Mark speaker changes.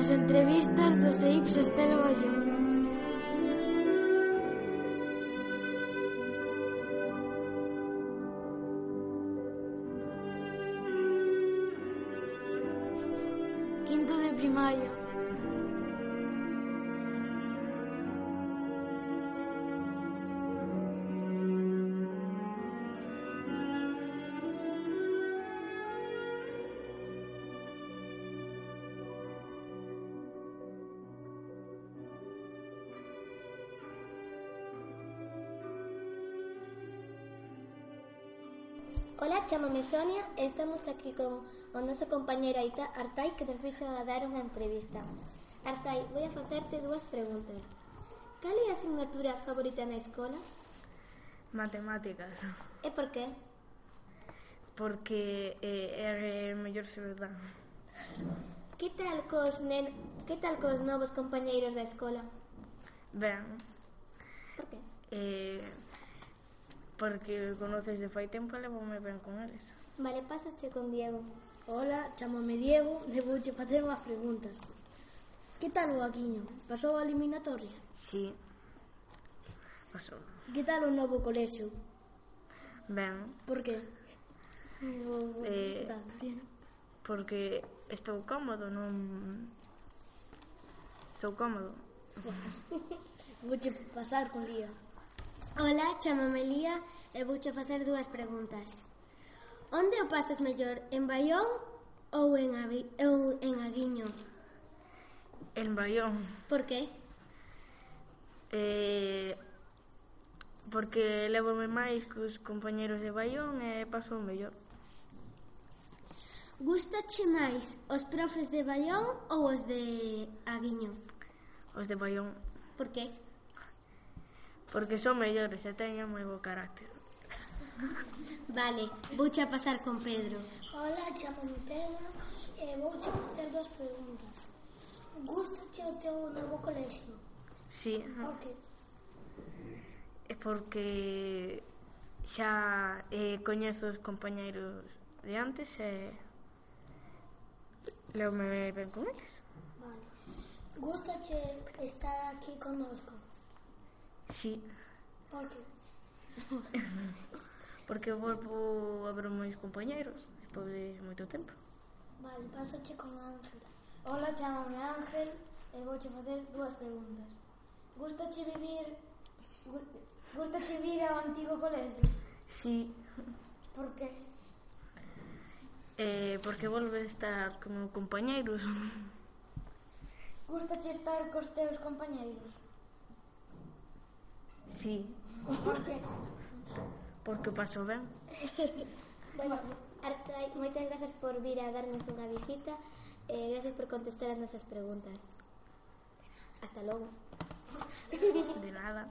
Speaker 1: As entrevistas dos de Ips Estelo Bayón. Quinto de primaria.
Speaker 2: Ola, chamame Sonia e estamos aquí con o noso compañeiro Aita Artai que nos fixo a dar unha entrevista. Artai, vou a facerte dúas preguntas. Cal é a asignatura favorita na escola
Speaker 3: Matemáticas,
Speaker 2: e por qué?
Speaker 3: porque eh, é mellor se verdad.
Speaker 2: Que tal cos, nen... que tal cos novos compañeiros da escola?
Speaker 3: Ben,
Speaker 2: Por qué?
Speaker 3: eh, porque conoces de fai tempo levo moi ben con eles.
Speaker 2: Vale, pasache con Diego.
Speaker 4: Ola, chamame Diego e vouche facer unhas preguntas. Que tal o Aquiño? Pasou a eliminatoria?
Speaker 3: Sí. Pasou.
Speaker 4: Que tal o novo colexio?
Speaker 3: Ben,
Speaker 4: Por que? O...
Speaker 3: Eh,
Speaker 4: que tal?
Speaker 3: porque estou cómodo, non... Estou cómodo.
Speaker 4: Vouche pasar con día.
Speaker 2: Ola, chamame Lía e vouche facer dúas preguntas. Onde o pasas mellor, en Baión ou en, Avi... ou en Aguiño?
Speaker 3: En Bayón.
Speaker 2: Por qué?
Speaker 3: Eh, porque levome máis cos compañeros de Bayón e paso mellor.
Speaker 2: Gustache máis os profes de Baión ou os de Aguiño?
Speaker 3: Os de Bayón.
Speaker 2: Por qué?
Speaker 3: Porque son mellores e teñen moi bo carácter.
Speaker 2: Vale, vouche a pasar con Pedro.
Speaker 1: Ola, chamame Pedro e vouche facer dúas preguntas. Gustache o teu novo colexio?
Speaker 3: Sí,
Speaker 1: Por que?
Speaker 3: é porque xa eh, coñezo os compañeiros de antes e leume ben con eles.
Speaker 1: Vale. Gustache estar aquí conosco?
Speaker 3: Sí,
Speaker 1: Por que?
Speaker 3: porque volvo a ver mois compañeiros despois de moito tempo.
Speaker 1: Vale, pasache con Ángel. Ola, chamame Ángel e vouche facer dúas preguntas. Gustache vivir... gu- Gustache vir ao antigo colexio?
Speaker 3: Sí,
Speaker 1: Por que?
Speaker 3: eh, porque volve a estar como compañeiros.
Speaker 1: Gustache estar cos teus compañeiros?
Speaker 3: Sí,
Speaker 1: Por que?
Speaker 3: porque o paso ben.
Speaker 2: Bueno, Artai, moitas grazas por vir a darnos unha visita e gracias por contestar as nosas preguntas. Hasta logo.
Speaker 3: De nada.